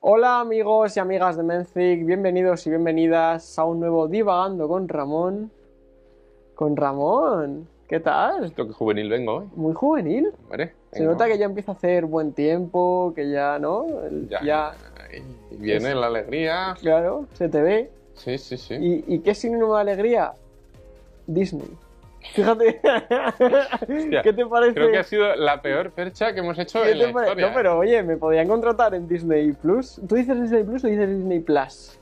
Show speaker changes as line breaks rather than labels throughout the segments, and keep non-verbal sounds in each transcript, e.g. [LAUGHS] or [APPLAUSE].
Hola amigos y amigas de Menzik, bienvenidos y bienvenidas a un nuevo Divagando con Ramón. Con Ramón, ¿qué tal?
Lo que juvenil vengo hoy,
Muy juvenil.
¿vale?
Se nota que ya empieza a hacer buen tiempo, que ya, ¿no? El-
Ya.
ya
Viene la alegría.
claro, se te ve.
Sí, sí, sí.
¿Y, y qué sinónimo de alegría? Disney. Fíjate. ¿Qué te parece?
Creo que ha sido la peor percha que hemos hecho
¿Qué
en la
te pare-
historia.
este No,
¿eh?
pero oye, me podían contratar en Disney Plus. ¿Tú dices Disney Plus o dices Disney Plus?
¿eh?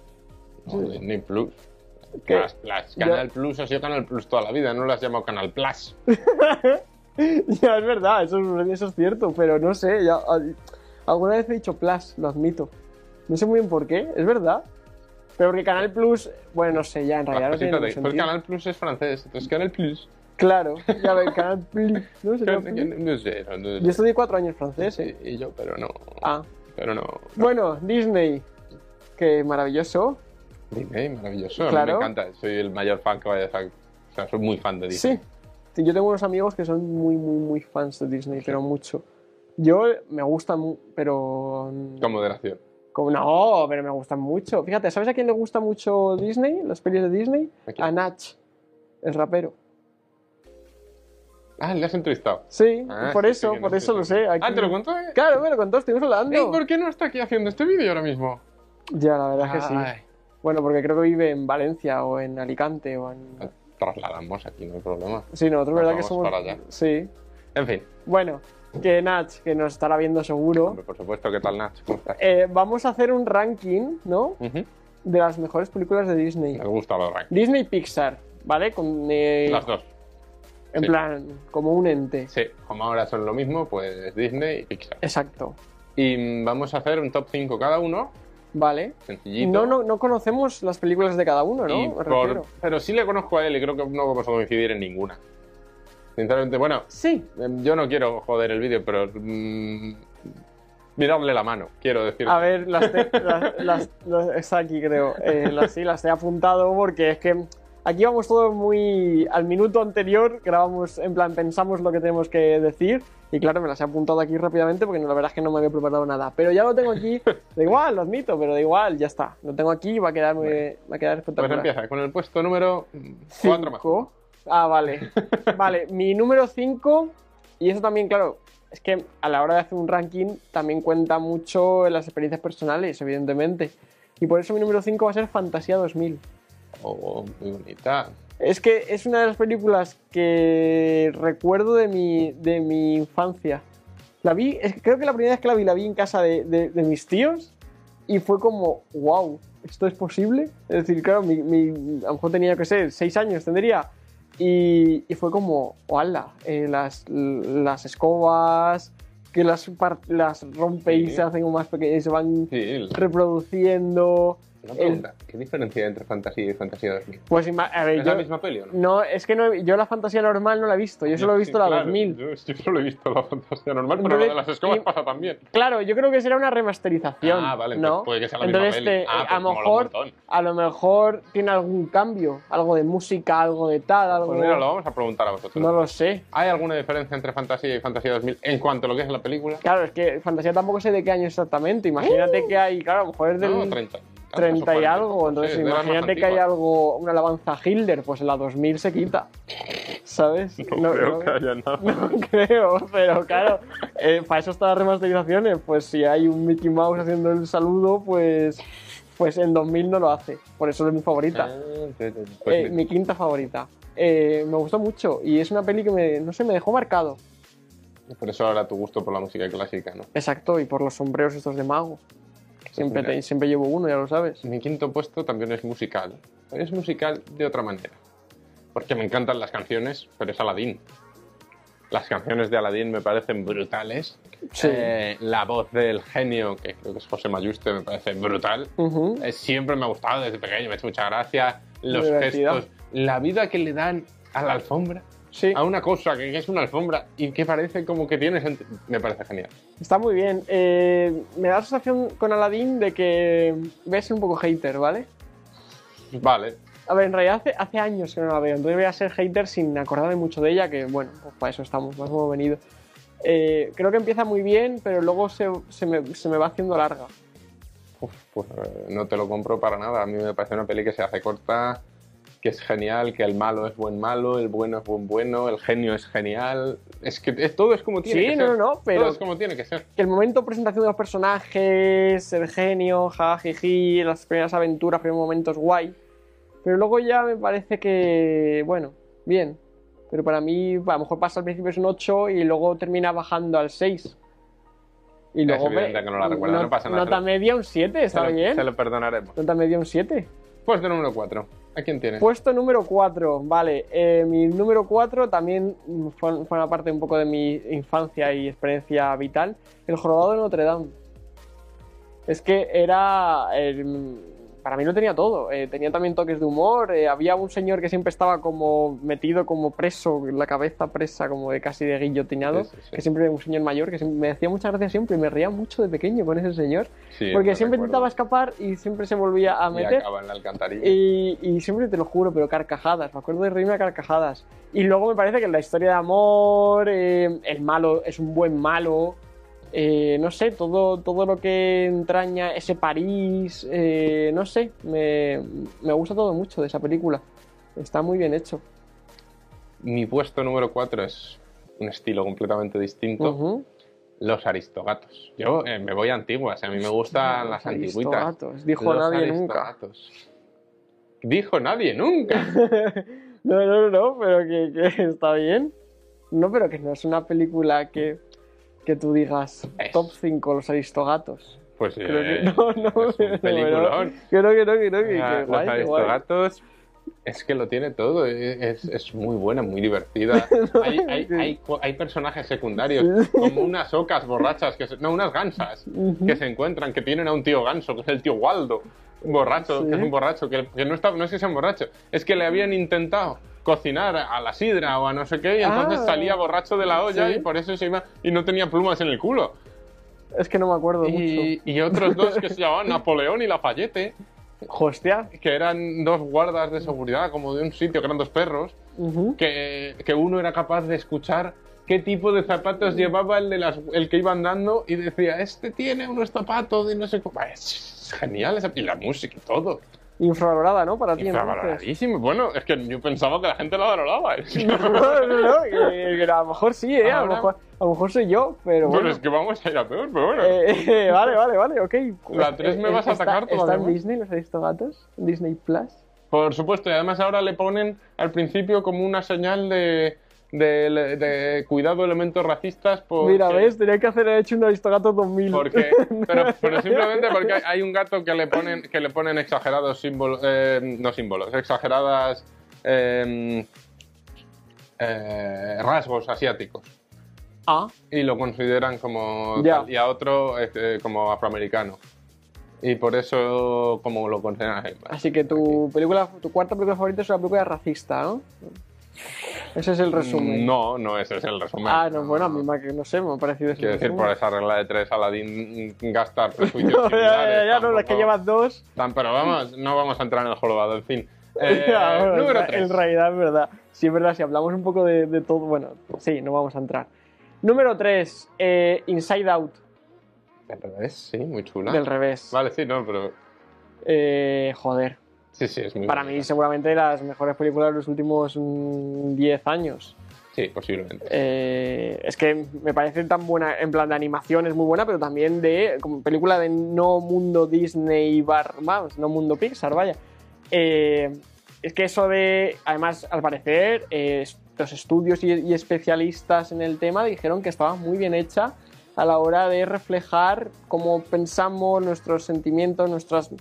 No, Disney Plus.
¿Qué?
Canal Plus. Canal Plus ha sido Canal Plus toda la vida, no lo has llamado Canal Plus.
[LAUGHS] ya, es verdad, eso es, eso es cierto, pero no sé. ya- al- alguna vez he dicho Plus, lo admito. No sé muy bien por qué, es verdad. Pero que Canal Plus, bueno, no sé, ya en realidad no
Pues
tiene
fíjate,
ningún
pues
sentido.
Canal Plus es francés, entonces Canal Plus.
Claro, ya ver, Canal Plus, ¿no? ¿Sería Plus?
No sé, no, no
pues Yo
sé.
estudié cuatro años francés, ¿eh?
Y yo, pero no.
Ah,
Pero no.
bueno, Disney. Qué maravilloso.
Disney, maravilloso. a mí
Claro.
me encanta. Soy el mayor fan que vaya a sacar. O sea, soy muy fan de Disney.
Sí. Sí, Yo tengo unos amigos que son muy, muy, muy fans de Disney, pero mucho. Yo me gustan, mu- pero.
Con moderación.
como- no, pero me gustan mucho. Fíjate, ¿sabes a quién le gusta mucho Disney? Las pelis de Disney.
¿A quién?
A Nach, el rapero.
Ah, le has entrevistado.
Sí,
Ah,
por
sí,
eso,
sí, que
por
no
eso
sé.
lo sé. aquí-
Ah, te lo contó, eh.
Claro, me lo contó, estuvimos hablando.
Ey, ¿Por qué no está aquí haciendo este vídeo ahora mismo?
Ya, la verdad es que sí.
Ay,
Bueno, porque creo que vive en Valencia o en Alicante o en.
Trasladamos aquí, no hay problema.
Sí, nosotros, ¿verdad que
Ah. vamos
somos.
para allá.
Sí.
En fin,
Bueno, que Nach, que nos estará viendo seguro.
hombre, por supuesto, ¿qué tal, Nacho? ¿Cómo estás?
Eh, vamos a hacer un ranking, ¿no?
Ujú.
De las mejores películas de Disney.
Me gusta los rankings.
Disney y Pixar, ¿vale? Con, eh,
Las dos.
en
sí.
plan, como un ente.
Sí, como ahora son lo mismo, pues Disney y Pixar.
Exacto.
Y mm, vamos a hacer un top 5 cada uno,
¿Vale?
sencillito.
No, no, no conocemos las películas de cada uno, ¿no?
y
Me
por-
refiero.
Pero sí le conozco a él y creo que no vamos a coincidir en ninguna. Sinceramente, bueno,
Sí.
em, yo no quiero joder el vídeo, pero... mm, miradle la mano, quiero decir.
A ver, las,
[LAUGHS]
te- las- las- las- está aquí, creo. Eh, las, sí, las he apuntado porque es que aquí vamos todos muy. Al minuto anterior grabamos, en plan, pensamos lo que tenemos que decir. Y claro, me las he apuntado aquí rápidamente porque no, la verdad es que no me había preparado nada. Pero ya lo tengo aquí, da igual, lo admito, pero da igual, ya está. Lo tengo aquí y va a quedar, muy- va a quedar
Pues
espectacular.
empieza con el puesto número 4 mejor.
Cinco. Ah, vale. Vale, mi número 5, y eso también, claro, es que a la hora de hacer un ranking también cuenta mucho las experiencias personales, evidentemente. Y por eso mi número 5 va a ser Fantasía 2000.
Oh, muy bonita.
Es que es una de las películas que recuerdo de mi, de mi infancia. La vi, es que creo que la primera vez que la vi, la vi en casa de, de- de mis tíos y fue como, wow, ¿esto es posible? Es decir, claro, mi, mi- a lo mejor tenía, yo qué sé, seis años tendría. Y, y fue como, hola, las, las escobas, que las, par- las rompe y
Sí.
se hacen más pequeñas y se van
Sí, la-
reproduciendo.
una pregunta. ¿Qué diferencia hay entre Fantasía y Fantasía 2000?
Pues ima- a ver,
¿Es la
yo-
misma peli o no?
no, es que no he- yo la fantasía normal no la he visto, yo solo he visto
Sí,
la
claro,
2000.
Yo, yo solo he visto la Fantasía normal, pero
Yo le-
la de las escobas
y-
pasa también.
Claro, yo creo que será una remasterización.
Ah, vale,
¿no?
entonces puede que sea la
Entonces,
misma peli.
te-
Ah,
a
pues
lo
mola un
mejor,
montón.
a lo mejor tiene algún cambio, algo de música, algo de tal, algo.
Pues mira, lo vamos a preguntar a vosotros.
No lo sé.
¿Hay alguna diferencia entre Fantasía y Fantasía 2000 en cuanto a lo que es la película?
Claro, es que fantasía tampoco sé de qué año exactamente. Imagínate que hay, claro, a lo mejor es del
No, 30.
30 y algo. Entonces, imagínate que hay
algo.
algo, una alabanza a Hitler, pues en la 2000 se quita. ¿Sabes?
No creo que haya nada.
[LAUGHS] No creo, pero claro, eh, para eso están las remasterizaciones. Pues si hay un Mickey Mouse haciendo el saludo, pues, pues en 2000 no lo hace. Por eso es mi favorita.
Ah, te- te-
Eh,
pues
mi quinta favorita. Eh, me gustó mucho y es una peli que me, no sé, me dejó marcado.
Por eso ahora tu gusto por la música clásica, ¿no?
Exacto, y por los sombreros estos de mago. Siempre,
Mira.
te- siempre llevo uno, ya lo sabes.
Mi quinto puesto también es musical. Pero es musical de otra manera. Porque me encantan las canciones, pero es Aladdin. Las canciones de Aladdin me parecen brutales.
Sí.
Eh, la voz del genio, que creo que es José Mayuste, me parece brutal.
Ujú.
Eh, siempre me ha gustado desde pequeño, me ha hecho mucha gracia. Los
Divertida.
gestos, la vida que le dan a la alfombra.
Sí,
A una cosa que que es una alfombra y que parece como que tiene sentido. Me parece genial.
está muy bien. Eh, me da la sensación con Aladdin de que ves un poco hater, ¿vale?
Vale,
A ver, en realidad hace, hace años que no la veo, entonces voy a ser hater sin acordarme mucho de ella, que bueno, pues para eso estamos, más hemos venido. Eh, creo que empieza muy bien, pero luego se, se me, se me va haciendo larga.
Uf, pues eh, no te lo compro para nada. A mí me parece una peli que se hace corta, que es genial, que el malo es buen malo, el bueno es buen bueno, el genio es genial. Es que es- todo es como tiene
Sí,
que
no,
ser.
no, no,
Todo
pero
es como tiene que ser.
que el momento de presentación de los personajes, el genio, jajiji, las primeras aventuras, primeros momentos, guay. Pero luego ya me parece que, bueno, bien. Pero para mí, a lo mejor pasa al principio es un 8 y luego termina bajando al 6. Y luego
evidente que no la recuerdo, no pasa nada.
Nota media un 7,
Se
está
lo,
bien.
se lo perdonaremos.
Nota media un 7.
Puesto número 4. ¿A quién tienes?
Puesto número 4, vale. eh, mi número 4 también mm, fue, fue una parte un poco de mi infancia y experiencia vital. El jorobado de Notre Dame. Es que era. eh, mm, para mí lo tenía todo. eh, tenía también toques de humor. eh, había un señor que siempre estaba como metido como preso, la cabeza presa, como de casi de guillotinado.
Sí, sí, sí.
Que siempre era un señor mayor que siempre- me decía muchas gracias siempre y me reía mucho de pequeño con ese señor.
Sí,
porque
lo
siempre
recuerdo.
intentaba escapar y siempre se volvía a
Y
meter.
acaba en la alcantarilla.
Y, y siempre te lo juro, pero carcajadas. Me acuerdo de reírme a carcajadas. Y luego me parece que la historia de amor, eh, el malo es un buen malo. eh, no sé, todo, todo lo que entraña ese París. eh, no sé, me, me gusta todo mucho de esa película. Está muy bien hecho.
Mi puesto número 4 es un estilo completamente distinto.
Ujú.
Los aristogatos. Yo eh, me voy a antiguas. A mí me gustan las
Los
antigüitas.
aristogatos, Dijo
Los
nadie nunca.
aristogatos. Dijo
[LAUGHS]
nadie nunca.
no, no, no, pero que, que está bien. No, pero que no es una película que, que tú digas
Es.
top 5 los aristogatos.
Pues eh,
Creo
[LAUGHS]
que no, no, [LAUGHS]
es
pero-
un peliculón.
Creo que no, que no, que, que
Ah, Los
guay, que guay.
aristogatos es que lo tiene todo. eh, Es, es muy buena,
[LAUGHS]
muy divertida. Hay, hay- hay co- hay personajes secundarios, como unas ocas borrachas, que se- no, unas gansas.
Ujú.
que se encuentran, que tienen a un tío ganso, que es el tío Waldo, un borracho,
Sí.
que es un borracho, que, que no, está, no es que sea un borracho, es que le habían intentado cocinar a la sidra o a no sé qué, y entonces
Ah.
salía borracho de la olla
Sí.
y por eso se iba y no tenía plumas en el culo.
Es que no me acuerdo mucho.
Y, y
[LAUGHS]
otros dos que se llamaban Napoleón y Lafayette,
Hostia.
que eran dos guardas de seguridad, como de un sitio, que eran dos perros,
ujú.
que, que uno era capaz de escuchar qué tipo de zapatos llevaba el, de las, el que iba andando y decía, este tiene unos zapatos de no sé cómo. Es es genial, esa, y la música y todo.
Infravalorada, ¿no? Pues, Para ti, entonces.
Infravaloradísimo. Bueno, es que yo pensaba que la gente la valoraba. [LAUGHS] Es que-
[LAUGHS] No, no, no, que- que a lo mejor sí, ¿eh? A lo
Ahora-
mejor, a lo mejor soy yo, pero
Bueno,
bueno.
es que vamos a ir a peor, pero bueno.
Eh, eh, vale, vale, vale, ok. Eh,
La tres me vas a
¿Está-
atacar
¿Está
todavía
en
más?
Disney los aristogatos? ¿En Disney Plus?
Por supuesto, y además ahora le ponen al principio como una señal de, de, de cuidado elementos racistas. Porque,
Mira, ¿ves? Tenía que hacer hecho un aristogato 2000.
Porque, pero,
[LAUGHS]
pero simplemente porque hay- hay un gato que le ponen, que le ponen exagerados símbolos, eh, no símbolos, exageradas eh, eh, rasgos asiáticos
Ah,
y lo consideran como
Ya.
tal, y a otro este, como afroamericano. Y por eso como lo consideran así.
así que tu película, tu cuarta película favorita es una película racista, ¿no? Ese es el resumen.
No, no ese es el resumen.
Ah, no, bueno, a mí me, que no sé, me ha parecido ese
Quiero decir,
[LAUGHS]
por
resumen.
esa regla de tres, Aladdin mm,
[LAUGHS]
gastar prejuicios
No, ya, ya, ya,
similares,
ya, no, las que
tampoco-
llevas dos.
Tan- pero vamos, no vamos a entrar en el jorobado,
[LAUGHS]
en fin. Eh,
Ya, bueno,
número
en-
3.
En realidad, es verdad. Sí, es verdad, si hablamos un poco de, de todo, bueno, sí, no vamos a entrar. Número 3, Inside Out,
Al revés, sí, muy chula.
del revés.
Vale, sí, no, pero.
Eh, joder,
Sí, sí, es muy
para
bonita.
mí seguramente de las mejores películas de los últimos mm, 10 años.
Sí, posiblemente.
Eh, es que me parece tan buena, en plan de animación es muy buena, pero también de como película de no mundo Disney bar, vamos, no mundo Pixar, vaya. Eh, es que eso de, además, al parecer, eh, es- los estudios y, y especialistas en el tema dijeron que estaba muy bien hecha a la hora de reflejar cómo pensamos, nuestros sentimientos, nuestras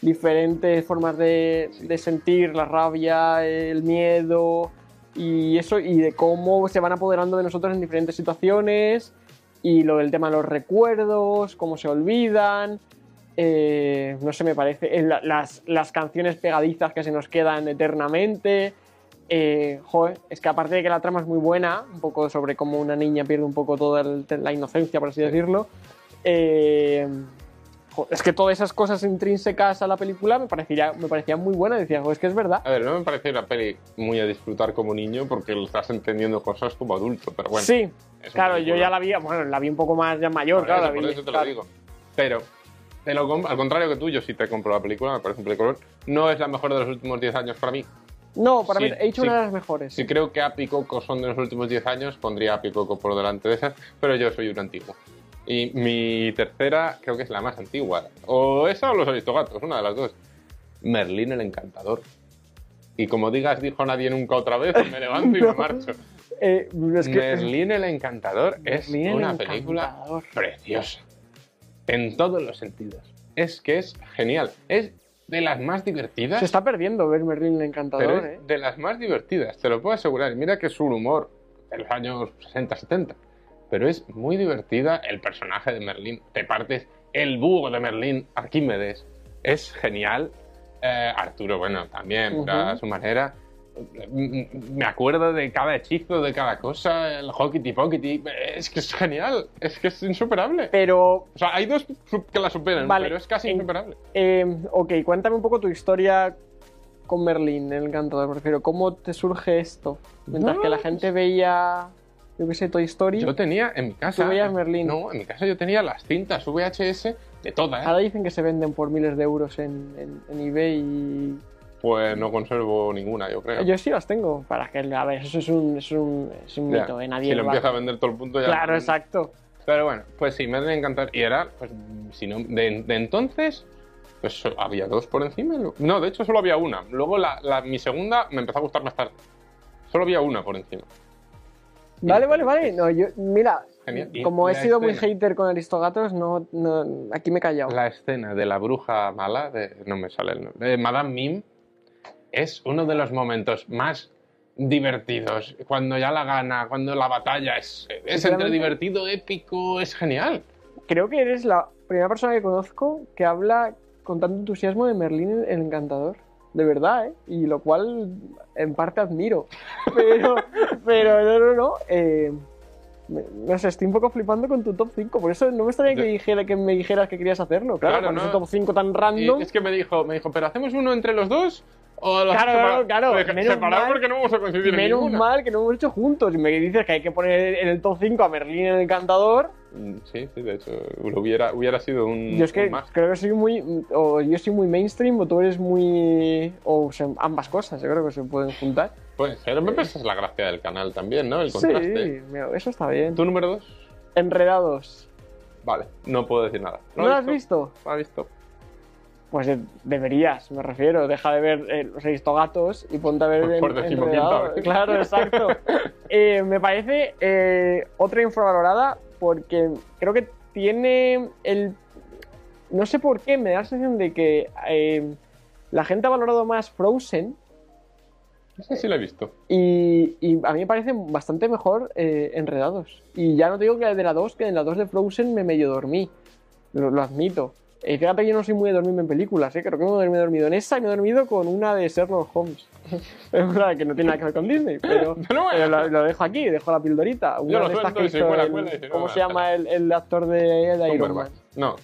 diferentes formas de, de sentir, la rabia, el miedo y eso, y de cómo se van apoderando de nosotros en diferentes situaciones, y lo del tema de los recuerdos, cómo se olvidan, eh, no sé, me parece, eh, la- las, las canciones pegadizas que se nos quedan eternamente. eh, joder, es que aparte de que la trama es muy buena, un poco sobre cómo una niña pierde un poco toda el- la inocencia, por así decirlo, eh, jo, es que todas esas cosas intrínsecas a la película me, parecería, me parecían muy buenas. Decía, "Jo, es que es verdad.
A ver, no me parece una peli muy a disfrutar como niño porque lo estás entendiendo cosas como adulto, pero bueno.
sí,
es una
claro, yo
película.
ya la vi, bueno, la vi un poco más ya mayor,
Por
claro.
eso,
la vi,
por eso te lo
claro.
digo. Pero te lo com- al contrario que tú, yo sí te compro la película, me parece un peliculón. No es la mejor de los últimos 10 años para mí.
No, para
Sí,
mí he hecho
sí.
una de las mejores.
Si creo que Api y Coco son de los últimos 10 años, pondría Api y Coco por delante de esas, pero yo soy un antiguo. Y mi tercera creo que es la más antigua. O esa o los aristogatos, una de las dos. Merlín el Encantador. Y como digas, dijo nadie nunca otra vez, pues me levanto y me
[LAUGHS] No.
marcho.
Eh, es que-
Merlín el Encantador es
Merlín el
una película
Encantador.
preciosa. En todos los sentidos. Es que es genial. Es de las más divertidas.
Se está perdiendo ver Merlin el
Pero
encantador,
es
¿eh?
de las más divertidas, te lo puedo asegurar. Y mira que es un humor de los años 60, 70. Pero es muy divertida el personaje de Merlín. Te partes el búho de Merlín, Arquímedes. Es genial. Eh, Arturo, bueno, también, pero a
Ujú.
su manera. M- m- Me acuerdo de cada hechizo, de cada cosa, el hockey pokity. Es que es genial, es que es insuperable.
Pero,
O sea, hay dos sub- que la superan,
Vale,
pero es casi
en-
insuperable.
eh, ok, cuéntame un poco tu historia con Merlin el encantador, prefiero. ¿Cómo te surge esto? Mientras
No, pues
que la gente veía, yo qué sé, Toy Story.
Yo tenía en mi casa. eh,
Tú veías Merlín.
No, en mi casa yo tenía las cintas VHS de todas. ¿eh?
Ahora dicen que se venden por miles de euros en, en- en eBay y...
Pues no conservo ninguna, yo creo.
Yo sí las tengo. Para que, a ver, eso es un, es un, es un
Ya,
mito, ¿eh? Nadie
si lo
va-
empieza a vender todo el punto ya.
Claro, exacto.
Pero bueno, pues sí, me ha encantar. Y era, pues, si no, de, de entonces, pues so- había dos por encima. lo- No, de hecho solo había una. Luego la, la- mi segunda me empezó a gustar más tarde. Solo había una por encima.
Vale, vale, vale. No, yo, mira,
Genial. Y
como he
la
sido muy
escena.
hater con Aristogatos, no, no, aquí me he callado.
La escena de la bruja mala, de, no me sale el nombre, de Madame Mim, es uno de los momentos más divertidos. Cuando ya la gana, cuando la batalla es, es entre
Sinceramente-
divertido, épico, es genial.
Creo que eres la primera persona que conozco que habla con tanto entusiasmo de Merlín el Encantador. De verdad, ¿eh? Y lo cual en parte
[LAUGHS]
admiro. Pero, pero no, no, no. eh, me- no sé, estoy un poco flipando con tu top 5. Por eso no me extraña que,
Yo-
dijera, que me dijeras que querías hacerlo. Claro,
Claro,
con ese
no.
top 5 tan
Y
random.
es que me dijo, me dijo, pero hacemos uno entre los dos o los
Claro,
separa-
claro, claro,
Dije,
menos
separar
mal-
porque no vamos a coincidir en
Menos
ninguna".
mal que no hemos hecho juntos. Y me dices que hay que poner en el top 5 a Merlín el Encantador.
Mm, Sí, sí, de hecho, lo hubiera, hubiera sido un,
Yo es que
un Mm, más.
creo que soy muy. O yo soy muy mainstream, o tú eres muy. O se- ambas cosas, yo creo que se pueden juntar.
Puede ser, pero esa es la gracia del canal también, ¿no? El
Sí,
contraste.
mira, eso está bien.
¿Tu número dos?
Enredados.
Vale, no puedo decir nada.
¿No lo has visto?
No lo he visto.
Pues de- deberías, me refiero. Deja de ver eh, los Aristogatos y ponte a ver
Por-
en-
por decimoquinta
Enredados.
vez.
Claro,
[LAUGHS]
exacto. Eh, me parece eh, otra infravalorada porque creo que tiene el. No sé por qué, me da la sensación de que eh, la gente ha valorado más Frozen
No sé si lo he visto.
Y, y a mí me parecen bastante mejor eh, enredados. Y ya no te digo que de la 2, que en la 2 de Frozen me medio dormí. Lo, lo admito. Eh, fíjate que yo no soy muy de dormirme en películas, ¿eh? creo que me he dormido en esa y me he dormido con una de Sherlock Holmes. [LAUGHS] es verdad que no tiene nada que ver con Disney, pero,
Pero [LAUGHS] bueno.
pero lo, lo dejo aquí, dejo la pildorita. Una
lo
de estas
suelto
que
y se
hizo
cuela,
el-
cuela y se
¿Cómo
va,
se llama el, el actor de, de Iron Man?
Superman. No,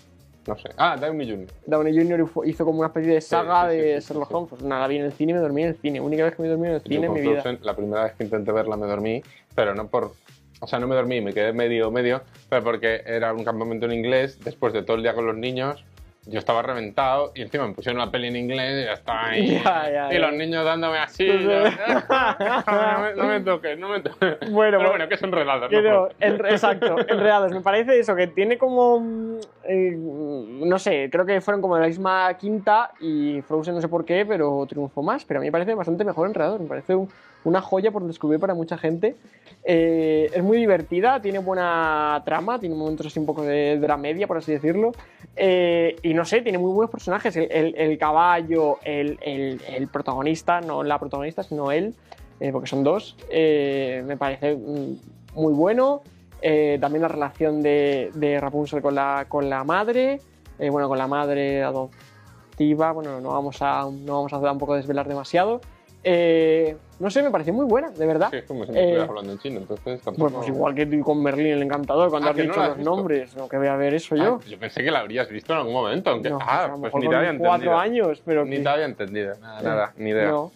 no sé. Ah, Downey Jr.
Downey Jr. hizo- hizo como una especie de saga
sí, sí,
de
sí, sí,
Sherlock
sí.
Holmes. Pues nada, la vi en el cine y me dormí en el cine. Única vez que me dormí en el
Yo
cine en
con
mi vida.
Frozen, La primera vez que intenté verla me dormí, pero no por... O sea, no me dormí, me quedé medio, medio, pero porque era un campamento en inglés, después de todo el día con los niños, yo estaba reventado y encima me pusieron la peli en inglés y ya estaba ahí.
[LAUGHS] Ya, ya,
y
ya.
los niños dándome
Sí,
así.
sí.
yo, [LAUGHS] no, me, no me toques, no me toques.
Bueno,
pero
bueno,
bueno, que son relatos.
Que no,
no,
en- exacto, enredados. Me parece eso, que tiene como. mm, eh, mm, no sé, creo que fueron como de la misma quinta y Frozen no sé por qué, pero triunfó más. Pero a mí me parece bastante mejor enredados. Me parece un- una joya por descubrir para mucha gente. Eh, es muy divertida, tiene buena trama, tiene momentos así un poco de, de la media, por así decirlo. Eh, y no sé, tiene muy buenos personajes. El, el- el caballo, el, el- el protagonista, no la protagonista, sino él, eh, porque son dos. eh, me parece mm, muy bueno. Eh, también la relación de, de Rapunzel con la, con la madre, eh, bueno, con la madre adoptiva. Bueno, no vamos a, no vamos a tampoco desvelar demasiado. Eh, no sé, me pareció muy buena, de verdad.
Sí, es como si me estuvieras
Eh,
hablando en chino, entonces tampoco...
Bueno, pues igual que tú con Merlín el Encantador, cuando
Ah,
has
que no
dicho
la has
los
visto.
nombres, no que voy a ver eso
Ah,
yo.
yo pensé que la habrías visto en algún momento, aunque...
No, pues
ah,
a lo
pues
mejor
ni
con
te había entendido.
cuatro años, pero
Ni
que-
te había entendido, nada,
Eh,
nada, ni idea.
no.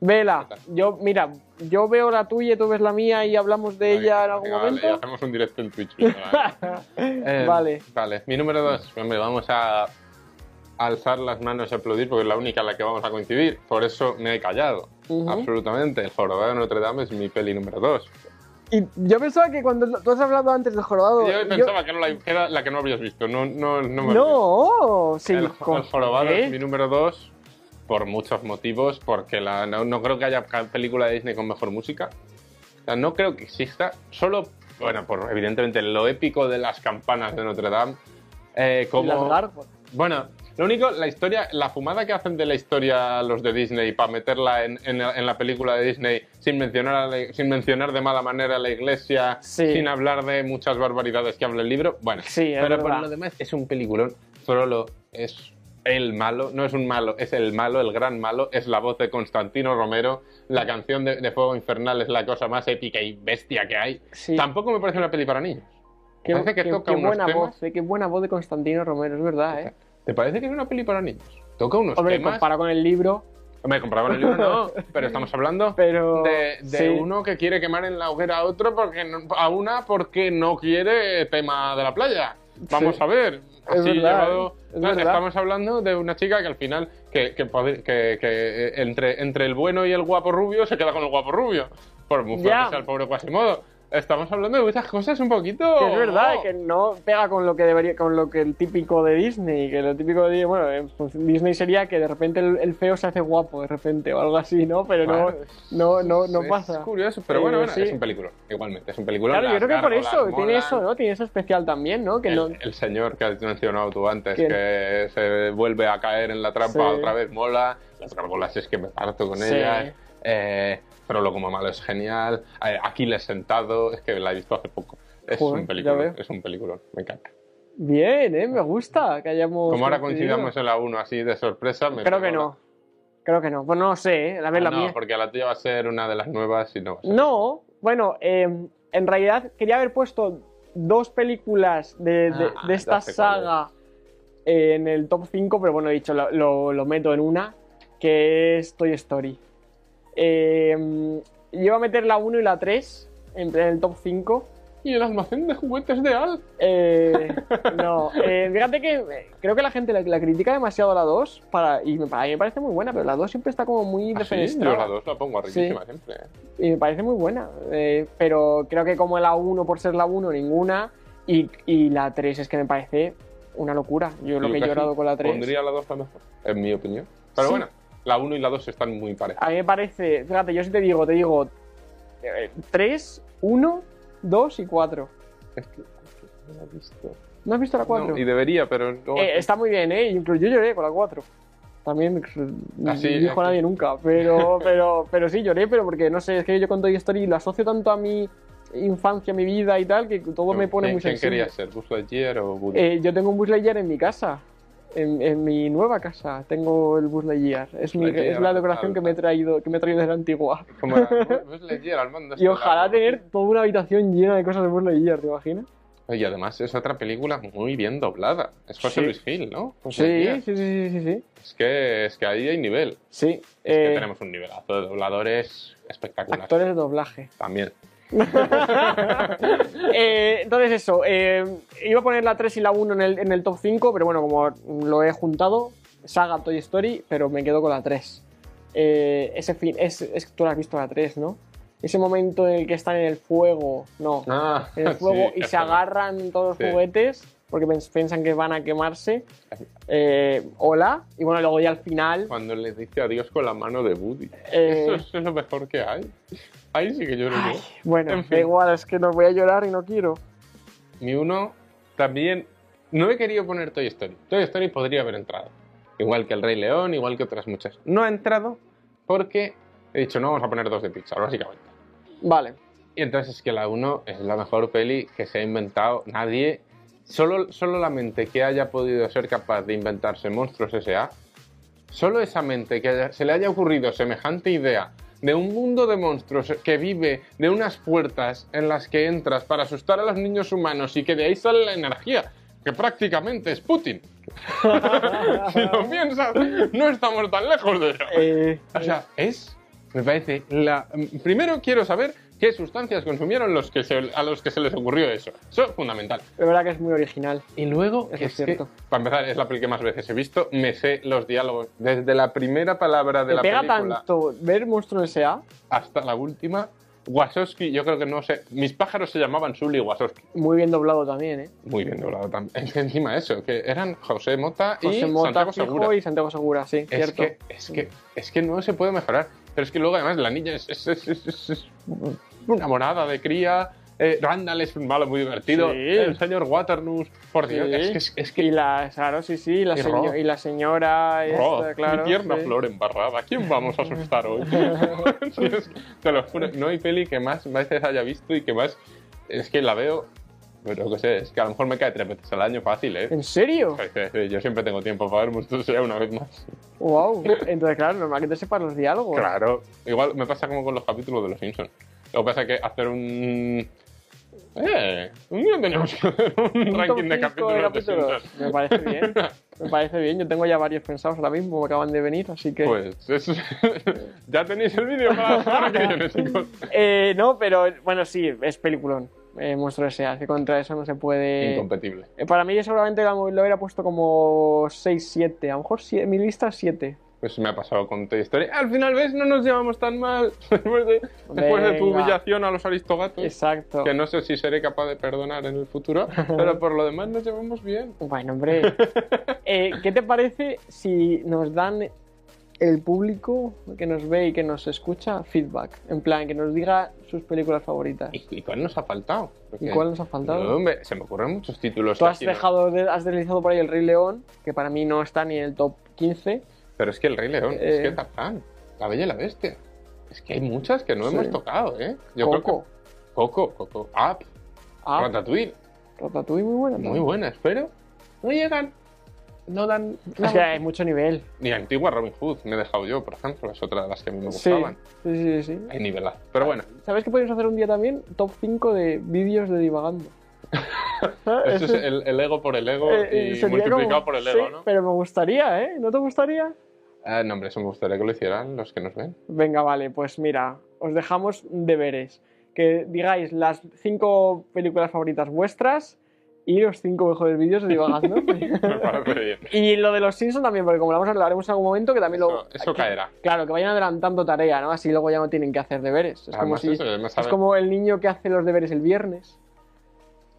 Vela, yo, mira, yo veo la tuya, tú ves la mía y hablamos de ella en algún
Venga, vale,
momento.
ya hacemos un directo en Twitch.
[LAUGHS]
Vale. Eh,
Vale.
Vale, mi número dos. Hombre, vamos a alzar las manos y aplaudir porque es la única en la que vamos a coincidir. Por eso me he callado.
Ujú.
Absolutamente. El jorobado de Notre Dame es mi peli número dos.
[LAUGHS] Y yo pensaba que cuando tú has hablado antes del jorobado.
Yo pensaba que era la, que era la que no habías visto. No, no, no me
No, sí,
el, el
con-
jorobado
¿eh?
es mi número dos por muchos motivos, porque la, no, no creo que haya ca- película de Disney con mejor música. O sea, no creo que exista. Solo, bueno, por evidentemente lo épico de las campanas de Notre Dame. eh,
Y las
como,
gárgolas.
bueno, lo único, la historia, la fumada que hacen de la historia los de Disney para meterla en, en la- en la película de Disney sin mencionar, a la- sin mencionar de mala manera a la iglesia,
Sí.
sin hablar de muchas barbaridades que habla el libro, bueno.
Sí, es
pero
verdad.
por lo demás es un peliculón. Frollo es el malo, no es un malo, es el malo, el gran malo, es la voz de Constantino Romero, la canción de, de Fuego Infernal es la cosa más épica y bestia que hay.
Sí.
Tampoco me parece una peli para niños.
Qué,
parece que
qué-
toca
qué
unos
buena
temas.
voz, eh, qué buena voz de Constantino Romero, es verdad, ¿eh?
¿Te parece que es una peli para niños? Toca unos
Hombre,
temas.
comparado con el libro,
Me compraba el
[LAUGHS]
libro, no, pero estamos hablando
pero.
de, de
sí.
uno que quiere quemar en la hoguera a otro porque no- a una porque no quiere tema de la playa. Vamos
Sí.
a ver.
Es
así
verdad,
llevado-
es verdad.
Estamos hablando de una chica que al final, que, que pod- que- que, eh, entre, entre el bueno y el guapo rubio se queda con el guapo rubio. Por muy fuerte
Ya.
sea el pobre Quasimodo. Estamos hablando de muchas cosas un poquito.
Que es verdad,
oh.
que no pega con lo que debería, con lo que el típico de Disney, que lo típico de Disney, bueno, en función- Disney sería que de repente el, el feo se hace guapo de repente o algo así, ¿no? Pero
Bueno,
no, no, no, no
es
pasa.
curioso, pero
Eh,
bueno, bueno,
sí.
es un película. Igualmente, es un película.
Claro, yo creo que por eso, tiene eso, ¿no? Tiene eso especial también, ¿no? Que
el,
no.
el señor que has mencionado tú antes,
¿Quién?
que se vuelve a caer en la trampa
Sí.
otra vez, mola. Las gárgolas es que me parto con
Sí.
ellas. Eh, pero lo como malo es genial. Eh, Aquiles sentado, es que la he visto hace poco. Es
Joder,
un
ya
película,
veo.
es un peliculón, me encanta.
Bien, eh, me gusta que hayamos.
Como ahora
coincidido.
coincidamos en la 1 así de sorpresa, me
Creo que
pego la-
no. Creo que no. Pues no sé, eh, a ver
Ah,
la
no,
mía.
porque la tuya va a ser una de las nuevas y no va a ser-
No, bueno, eh, en realidad quería haber puesto dos películas de, de-
Ah,
de esta
ya sé cuál
saga eh, en el top 5, pero bueno, he dicho, lo, lo- lo meto en una, que es Toy Story. Eh, yo iba a meter la 1 y la 3 en, en el top 5.
Y el almacén de juguetes de Al.
Eh, no, eh, fíjate que eh, creo que la gente la, la critica demasiado a la 2 para, y me, a mí me parece muy buena, pero la 2 siempre está como muy
Ah, sí,
defenestrada
yo la 2 la pongo arribísima siempre. ¿eh?
y me parece muy buena. eh, pero creo que como la 1 por ser la 1, ninguna. Y, y la 3 es que me parece una locura. Yo lo
Yo
que he
casi
llorado con la 3.
Pondría la 2 la mejor, en mi opinión. Pero
Sí.
bueno, la 1 y la 2 están muy parejas.
A mí me parece, fíjate, yo si te digo, te digo eh, 3, 1, 2 y 4.
Es que, no la he visto.
¿No has Ah, visto la 4?
y debería, pero no.
está muy bien, ¿eh? Incluso yo lloré con la 4. También pues, no
Así,
dijo
eh.
nadie nunca,
[LAUGHS]
pero, pero, pero sí lloré, pero porque no sé, es que yo con Toy Story lo asocio tanto a mi infancia, a mi vida y tal, que todo me pone
¿Quién-
muy
¿Quién
sensible.
quería ser? ¿Buzz Lightyear o Woody?
Eh, yo tengo un Buzz Lightyear en mi casa, en, en mi nueva casa. Tengo el Buzz Lightyear. Es, mi-
Lightyear,
es la decoración
al-
que me he traído, que me he traído de la antigua. [LAUGHS]
Como era Buzz Lightyear al mando. este
Y ojalá
Claro.
tener toda una habitación llena de cosas de Buzz Lightyear, ¿te imaginas?
Y además es otra película muy bien doblada. Es
Sí.
José Luis Gil, ¿no? Buzz
Sí,
Lightyear.
sí, sí, sí, sí, sí.
Es que, es que ahí hay nivel.
Sí,
Es
eh,
que tenemos un nivelazo de dobladores espectacular.
actores de doblaje.
También.
Eh, entonces eso, eh, iba a poner la 3 y la 1 en el, en el top 5, pero bueno, como lo he juntado, saga Toy Story, pero me quedo con la 3. Eh, ese fin, es, es que tú la has visto la 3, ¿no? Ese momento en el que están en el fuego, no,
Ah,
en el
[LAUGHS] sí,
fuego y
es
se
verdad.
agarran todos los
Sí.
juguetes porque pens- piensan que van a quemarse. Eh, hola, y bueno, luego ya al final...
Cuando le dice adiós con la mano de Woody.
eh,
Eso,
[LAUGHS]
es lo mejor que hay. Ahí sí que yo lo
ay,
veo.
bueno,
En
da
fin.
igual, es que no voy a llorar y no quiero.
Mi uno también. No he querido poner Toy Story. Toy Story podría haber entrado. Igual que El Rey León, igual que otras muchas. No ha entrado porque he dicho, no, vamos a poner dos de Pixar, básicamente. [LAUGHS]
Vale, [LAUGHS]
Y entonces es que la 1 es la mejor peli que se ha inventado nadie. Solo, solo la mente que haya podido ser capaz de inventarse Monstruos S.A. Solo esa mente que haya- se le haya ocurrido semejante idea de un mundo de monstruos que vive de unas puertas en las que entras para asustar a los niños humanos y que de ahí sale la energía, que prácticamente es Putin. [LAUGHS]
Ah.
si lo piensas, no estamos tan lejos de eso.
eh,
O sea, es Me parece la. mm, Primero quiero saber qué sustancias consumieron los que se- a los que se les ocurrió eso. Eso es fundamental.
La verdad que es muy original.
Y luego,
Eso
que
es
que,
cierto.
para empezar, es la peli que más veces he visto. Me sé los diálogos desde la primera palabra de
Te
la
pega
película
tanto ver Monstruo S.A.
hasta la última. Wasowski, yo creo que no sé. Mis pájaros se llamaban Sully y Wasowski.
Muy bien doblado también, ¿eh?
Muy bien doblado también. Es que [LAUGHS] encima eso, que eran José Mota y
José Mota
Santiago
fijo
Segura.
y Santiago Segura, sí,
Es
cierto.
que, es, que, es que no se puede mejorar. Pero es que luego, además, la niña es, es- es- es- es- es una morada de cría. Eh, Randall es un malo muy divertido.
Sí.
El señor Waternoose, por Dios,
Sí.
es que es, es que
Y la, claro, sí, sí, la
Y
seño-
Roth.
y la señora, esta,
Roth,
claro.
mi tierna
sí.
flor embarrada. ¿A quién vamos a asustar
[LAUGHS]
hoy? [LAUGHS] Sí, es que te lo juro, no hay peli que más veces haya visto y que más. Es que la veo, pero que sé, es que a lo mejor me cae tres veces al año fácil, ¿eh?
¿En serio?
Yo siempre tengo tiempo para ver Monstruos sea una vez más.
Wow. Entonces, claro, normal que te sepas los diálogos.
Claro, igual me pasa como con los capítulos de Los Simpsons. Lo que pasa es que hacer un. Eh, un día tenemos que hacer [LAUGHS] un
Un top
ranking de
cinco
capítulos de Simpsons.
Me parece bien. Me parece bien. Yo tengo ya varios pensados ahora mismo, me acaban de venir, así que.
Pues es- [LAUGHS] ya tenéis el vídeo para la semana que
[LAUGHS]
viene, chicos.
Eh, no, pero bueno, sí, es peliculón. Eh, Monstruo S.A. Que contra eso no se puede.
Incompetible.
Eh, para mí, yo seguramente lo lo hubiera puesto como 6, 7. A lo mejor sie- mi lista 7.
Pues me ha pasado con Toy Story. Al final, ¿ves? No nos llevamos tan mal. [LAUGHS] Después de, después de tu
Venga.
humillación a los aristogatos,
Exacto.
Mm. que no sé si seré capaz de perdonar en el futuro, pero por lo demás nos llevamos bien.
Bueno,
[LAUGHS]
hombre. Eh, ¿Qué te parece si nos dan el público que nos ve y que nos escucha feedback? En plan, que nos diga sus películas favoritas.
¿Y, y cuál nos ha faltado?
¿Y cuál nos ha faltado?
No, hombre, se me ocurren muchos títulos.
Tú has
aquí, ¿no?
dejado, de- has deslizado por ahí el Rey León, que para mí no está ni en el top 15.
Pero es que el Rey León, es
Eh.
que Tarzán, La Bella y la Bestia. Es que hay muchas que no
Sí.
hemos tocado, ¿eh?
Coco,
creo que Coco, Coco, Up,
Ah,
Ratatouille,
Ratatouille, muy buena.
muy buenas, pero no llegan, no dan.
Es que hay mucho nivel.
Ni antigua Robin Hood me he dejado yo, por ejemplo, es otra de las que a mí me
Sí,
gustaban.
sí, sí, sí.
Hay nivelazo.
[LAUGHS]
Pero bueno,
¿Sabes que podemos hacer un día también? Top 5 de vídeos de divagando.
[LAUGHS] eso es
Ese-
el, el ego por el ego
eh, eh,
y
sería
multiplicado
como-
por el ego,
sí,
¿no?
Pero me gustaría, ¿eh? ¿No te gustaría?
Ah, no, hombre, eso me gustaría que lo hicieran los que
[LAUGHS]
nos ven. [LAUGHS]
Venga, vale, pues mira, os dejamos deberes. Que digáis las cinco películas favoritas vuestras y los cinco mejores vídeos de divagando.
[LAUGHS] Me parece bien.
y lo de los Simpsons también, porque como lo vamos a- lo haremos en algún momento, que también
Eso,
lo.
eso
que-
caerá.
Claro, que vayan adelantando tarea, ¿no? Así luego ya no tienen que hacer deberes. Es, como,
Además,
si,
eso, además,
es
a ver,
como el niño que hace los deberes el viernes.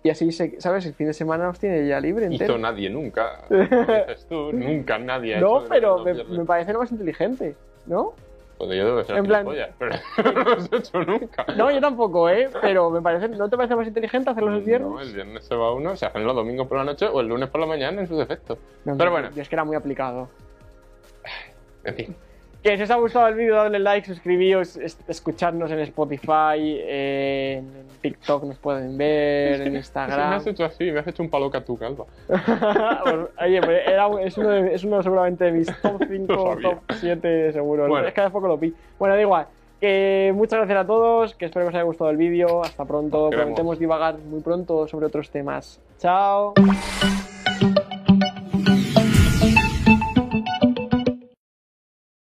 Y así, se- ¿sabes? El fin de semana los tiene ya libre
hizo
entero. [LAUGHS]
nadie nunca. como dices tú, nunca nadie ha
No,
hecho de
pero
los
me,
viernes.
me parece lo más inteligente, ¿no?
Pues yo debo ser
en plan-
gilipollas, pero [LAUGHS] no lo has hecho nunca.
No, yo tampoco, ¿eh? Pero me parece, ¿no te parece más inteligente hacerlos el viernes?
No, el viernes se va uno, se hacen los domingos por la noche o el lunes por la mañana en su defecto.
No, no,
Pero bueno.
yo es que era muy aplicado.
En fin,
Que si os ha gustado el vídeo, dadle like, suscribíos, es- escuchadnos en Spotify, eh, en TikTok nos pueden
[LAUGHS]
ver, en
me
Instagram.
has hecho así, me has hecho un paloca tú, calva.
[LAUGHS] Pues, oye, pues era un- es, uno de- es uno seguramente de
[LAUGHS]
mis top 5,
Lo sabía.
top 7 seguro.
Bueno.
Es que hace poco lo vi. Bueno, da igual. Que muchas gracias a todos, que espero que os haya gustado el vídeo. Hasta pronto.
Nos vemos.
Prometemos divagar muy pronto sobre otros temas. Chao.